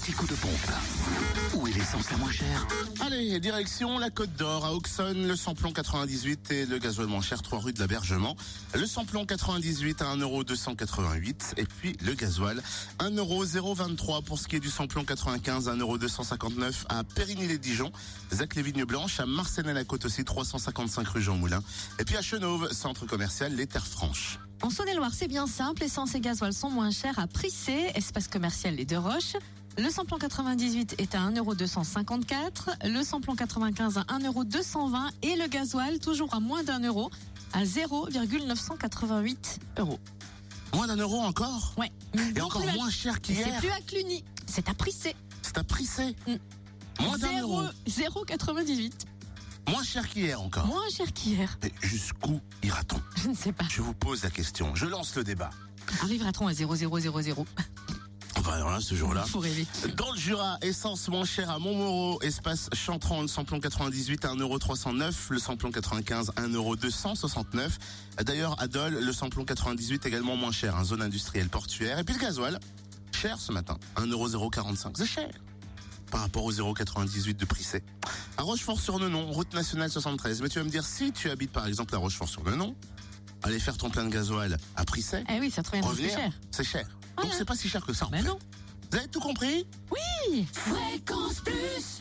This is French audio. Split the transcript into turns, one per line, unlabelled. petit coup de pompe. Où est l'essence la moins chère
Allez, direction la Côte d'Or à Auxonne, le samplon 98 et le gasoil moins cher 3 rue de l'Abergement. Le samplon 98 à 1,288€ et puis le gasoil 1,023€ pour ce qui est du samplon 95 à 1,259€ à Périgny-les-Dijon, Zac les Vignes Blanches à Marseille-la-Côte aussi 355 rue Jean Moulin et puis à Chenauve, centre commercial Les Terres Franches.
En Saône-et-Loire, c'est bien simple. Essence et gasoil sont moins chers à Prissé, espace commercial Les Deux Roches. Le samplon 98 est à 1,254€, le samplon 95 à 1,220€ et le gasoil toujours à moins d'un euro à 0,988 euros.
Moins d'un euro encore
Ouais.
Et encore moins cher
C'est
qu'hier
plus à Cluny, c'est à Prissé.
C'est à Prissé
Mm.
Moins d'un euro
0,98.
Moins cher qu'hier encore
Moins cher qu'hier.
Mais jusqu'où ira-t-on
Je ne sais pas.
Je vous pose la question, je lance le débat.
Arrivera-t-on à 0,000
Enfin, alors là, ce jour-là.
Faut rêver.
Dans le Jura, essence moins chère à Montmoreau, espace Chantran, le samplon 98 à 1,309€, le samplon 95 à 1,269€. D'ailleurs, à Dole, le samplon 98 également moins cher, hein, zone industrielle portuaire. Et puis le gasoil, cher ce matin, 1,045€. C'est cher par rapport au 0,98 de Prissé. À Rochefort-sur-Nenon, route nationale 73. Mais tu vas me dire, si tu habites par exemple à Rochefort-sur-Nenon, aller faire ton plein de gasoil à Prissé,
Eh oui, ça te revient plus
revenir,
cher.
c'est cher.
Ouais,
Donc
hein.
c'est pas si cher que ça. en
Ben
fait.
non.
Vous avez tout compris
Oui.
Fréquence Plus